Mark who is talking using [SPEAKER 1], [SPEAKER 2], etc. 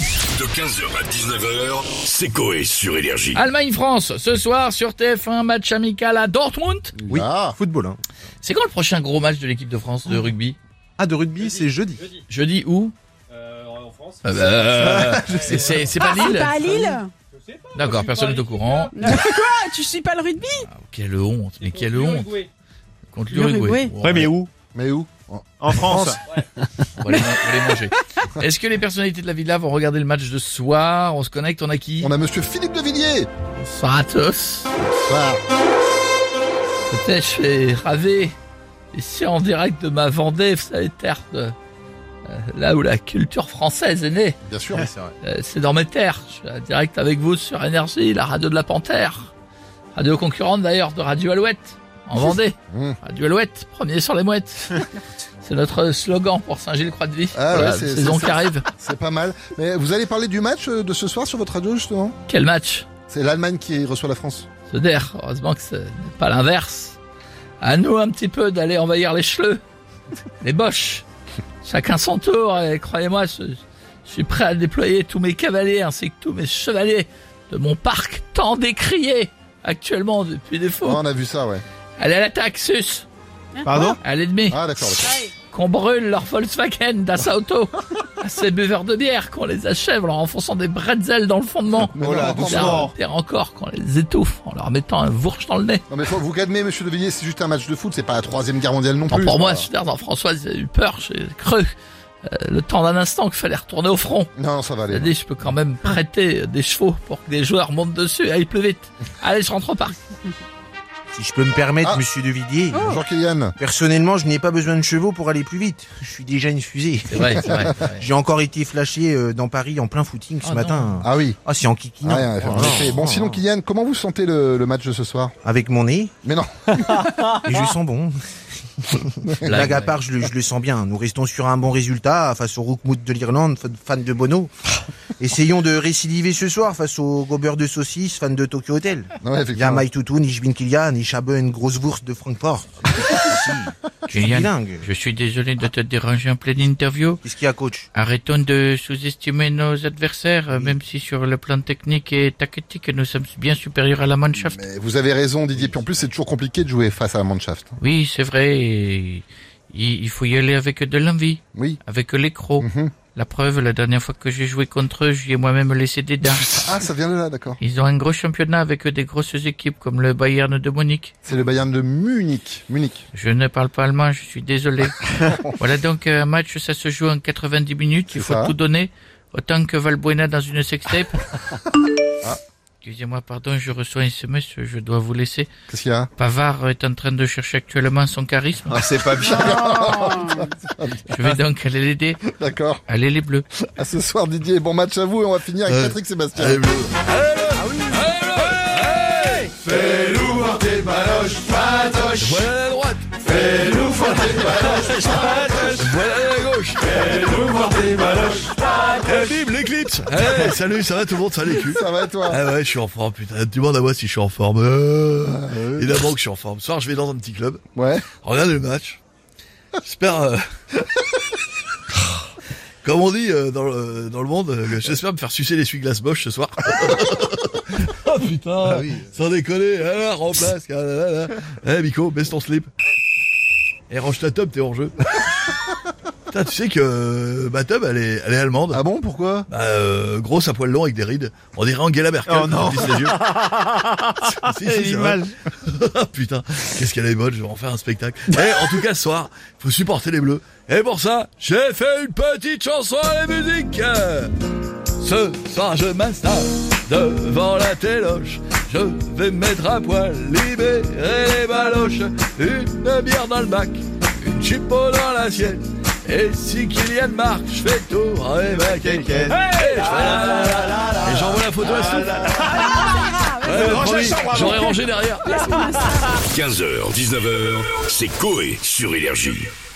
[SPEAKER 1] De 15h à 19h, c'est Coé sur Énergie.
[SPEAKER 2] Allemagne-France, ce soir sur TF1, match amical à Dortmund.
[SPEAKER 3] Oui,
[SPEAKER 4] Ah.
[SPEAKER 3] football. hein.
[SPEAKER 2] C'est quand le prochain gros match de l'équipe de France de rugby
[SPEAKER 3] Ah, de rugby, c'est jeudi.
[SPEAKER 2] Jeudi où
[SPEAKER 5] en France
[SPEAKER 2] Ah bah, euh, c'est- C'est c'est pas Lille
[SPEAKER 6] Ah, Pas à Lille
[SPEAKER 2] D'accord, personne n'est au courant.
[SPEAKER 6] Ah, tu suis pas le rugby
[SPEAKER 2] Quelle honte, mais quelle honte contre l'Uruguay.
[SPEAKER 6] L'Uruguay.
[SPEAKER 2] Bon,
[SPEAKER 5] Ouais, mais où
[SPEAKER 4] Mais où En-
[SPEAKER 5] En France.
[SPEAKER 2] On va les, on va les manger. Est-ce que les personnalités de la villa vont regarder le match de ce soir On se connecte, on a qui
[SPEAKER 4] On a monsieur Philippe de Villiers.
[SPEAKER 2] Bonsoir à tous.
[SPEAKER 4] Bonsoir.
[SPEAKER 2] Peut-être je vais raver ici en direct de ma Vendée, vous savez, terre de, euh, là où la culture française est née.
[SPEAKER 4] Bien sûr, mais c'est vrai.
[SPEAKER 2] Euh, c'est dans mes terres. Je suis en direct avec vous sur Énergie, la radio de la Panthère. Radio concurrente d'ailleurs de Radio Alouette, en Vendée.
[SPEAKER 4] Mmh.
[SPEAKER 2] Radio Alouette, premier sur les mouettes. c'est notre slogan pour Saint-Gilles-Croix-de-Vie.
[SPEAKER 4] Ah
[SPEAKER 2] pour
[SPEAKER 4] ouais,
[SPEAKER 2] la
[SPEAKER 4] c'est-
[SPEAKER 2] saison
[SPEAKER 4] c'est
[SPEAKER 2] qui arrive.
[SPEAKER 4] C'est pas mal. Mais vous allez parler du match euh, de ce soir sur votre radio, justement
[SPEAKER 2] Quel match
[SPEAKER 4] C'est l'Allemagne qui reçoit la France.
[SPEAKER 2] ce der. Heureusement que ce n'est pas l'inverse. À nous un petit peu d'aller envahir les cheleux, les boches. Chacun son tour et croyez-moi, je, je suis prêt à déployer tous mes cavaliers ainsi que tous mes chevaliers de mon parc tant décrié actuellement depuis des
[SPEAKER 4] Ouais,
[SPEAKER 2] faux.
[SPEAKER 4] Ah, on a vu ça, ouais.
[SPEAKER 2] Allez à l'attaque, sus,
[SPEAKER 5] Pardon
[SPEAKER 2] à l'ennemi,
[SPEAKER 4] Ah, d'accord. d'accord.
[SPEAKER 2] qu'on brûle leur Volkswagen d'Assauto, à ces buveurs de bière, qu'on les achève en leur enfonçant des bretzels dans le fondement.
[SPEAKER 4] Mais
[SPEAKER 5] Oh là,
[SPEAKER 4] non, non,
[SPEAKER 5] doucement.
[SPEAKER 4] non.
[SPEAKER 2] Pire encore, qu'on les étouffe en leur mettant un fourche dans le nez.
[SPEAKER 4] Non, mais faut- vous calmez, monsieur de Villiers, c'est juste un match de foot, c'est pas la troisième guerre mondiale non
[SPEAKER 2] Non,
[SPEAKER 4] plus.
[SPEAKER 2] pour moi,
[SPEAKER 4] Voilà.
[SPEAKER 2] super Jean-François, j'ai eu peur, j'ai cru. euh, le temps d'un instant qu'il fallait retourner au front.
[SPEAKER 4] Non, ça va
[SPEAKER 2] J'ai
[SPEAKER 4] aller.
[SPEAKER 2] dit, je peux quand même prêter des chevaux pour que des joueurs montent dessus et aillent plus vite. Allez, je rentre au parc.
[SPEAKER 3] Si je peux me permettre,
[SPEAKER 4] Ah.
[SPEAKER 3] monsieur De Villiers,
[SPEAKER 4] Bonjour Kylian.
[SPEAKER 3] personnellement, je n'ai pas besoin de chevaux pour aller plus vite. Je suis déjà une fusée.
[SPEAKER 2] C'est vrai, c'est vrai.
[SPEAKER 3] J'ai encore été flashé euh, dans Paris en plein footing ce
[SPEAKER 2] Oh
[SPEAKER 3] matin. Ah,
[SPEAKER 4] Ah oui.
[SPEAKER 3] c'est en kikinant.
[SPEAKER 4] Ouais, ouais,
[SPEAKER 3] Oh,
[SPEAKER 4] en effet.
[SPEAKER 3] non.
[SPEAKER 4] Bon, sinon Kylian, comment vous sentez le, le match de ce soir
[SPEAKER 3] Avec mon nez,
[SPEAKER 4] Mais non. Ah.
[SPEAKER 3] et je sens bon. Blague à part, je le, je le sens bien. Nous restons sur un bon résultat face au Rookmout de l'Irlande, fan- fan de Bono. Essayons de récidiver ce soir face au gobeur de saucisse, fan de Tokyo Hotel.
[SPEAKER 4] Non, ouais,
[SPEAKER 3] Il y a
[SPEAKER 4] effectivement.
[SPEAKER 3] Maïtoutou, ni Jbin Kilia, ni Chabeu, une grosse bourse de Francfort. Je suis bilingue.
[SPEAKER 2] je suis désolé de te déranger en pleine interview.
[SPEAKER 3] Qu'est-ce qu'il y a, coach
[SPEAKER 2] Arrêtons de sous-estimer nos adversaires, même si sur le plan technique et tactique, nous sommes bien supérieurs à la Mannschaft.
[SPEAKER 4] Mais Eh, vous avez raison Didier, puis en plus c'est toujours compliqué de jouer face à la Mannschaft.
[SPEAKER 2] Oui, c'est vrai. Il faut y aller avec de l'envie.
[SPEAKER 4] Oui.
[SPEAKER 2] avec les crocs.
[SPEAKER 4] Mhm.
[SPEAKER 2] La preuve, la dernière fois que j'ai joué contre eux, j'y ai moi-même laissé des dents.
[SPEAKER 4] Ah, ça vient de là, d'accord.
[SPEAKER 2] Ils ont un gros championnat avec des grosses équipes comme le Bayern de Munich.
[SPEAKER 4] C'est le Bayern de Munich. Munich.
[SPEAKER 2] Je ne parle pas allemand, je suis désolé. voilà donc un match, ça se joue en 90 minutes, il
[SPEAKER 4] C'est
[SPEAKER 2] faut
[SPEAKER 4] ça.
[SPEAKER 2] tout donner, autant que Valbuena dans une sextape. Ah. Excusez-moi, pardon, je reçois un SMS, je dois vous laisser.
[SPEAKER 4] Qu'est-ce qu'il y a
[SPEAKER 2] Pavard est en train de chercher actuellement son charisme.
[SPEAKER 5] Ah, c'est pas bien.
[SPEAKER 2] Je vais donc aller l'aider.
[SPEAKER 4] D'accord.
[SPEAKER 2] Allez les bleus.
[SPEAKER 4] À ce soir Didier, bon match à vous et on va finir
[SPEAKER 5] Euh,
[SPEAKER 4] avec Patrick Sébastien.
[SPEAKER 2] Voilà la droite.
[SPEAKER 7] Eh, bim, l'éclipse Eh, salut, ça va tout le monde, ça les culs
[SPEAKER 4] Ça va et toi
[SPEAKER 5] euh,
[SPEAKER 7] Ah ouais, je suis en forme, putain, demande à moi si je suis en forme. Euh, évidemment que je suis en forme. Ce soir, je vais dans un petit club,
[SPEAKER 4] Ouais.
[SPEAKER 7] regarde le match. J'espère... euh, Comme on dit euh, dans, le, dans le monde, euh, j'espère me faire sucer l'essuie-glace moche ce soir. oh putain, sans déconner, ah, remplace, ah, là, là, là. Eh Miko, baisse ton slip. Et range ta tub, t'es hors jeu. Putain, tu sais que euh, ma tub, elle est, elle est allemande.
[SPEAKER 4] Ah bon, pourquoi
[SPEAKER 7] Bah, euh, grosse à poil long avec des rides. On dirait Angela Merkel.
[SPEAKER 5] Oh non.
[SPEAKER 7] qui plisse les yeux. Si, si, c'est vrai. Oh,
[SPEAKER 5] L'image.
[SPEAKER 7] Putain, qu'est-ce qu'elle est bonne, je vais en faire un spectacle. Eh, en tout cas, ce soir, faut supporter les bleus. Et pour ça, j'ai fait une petite chanson à la musique. Euh, Ce soir, je m'installe devant la téloche. Je vais mettre à poil, libérer les baloches. Une bière dans le bac, une chipo dans l'assiette. Et si Kylian marque, je fais tour avec ma quéquette. Hey, je fais la la la la. Et j'envoie la photo à Stouff. Ouais,
[SPEAKER 5] Range la
[SPEAKER 7] promis,
[SPEAKER 5] chambre avant.
[SPEAKER 7] J'aurais rangé derrière.
[SPEAKER 1] 15h, 19h, c'est Coé sur Énergie.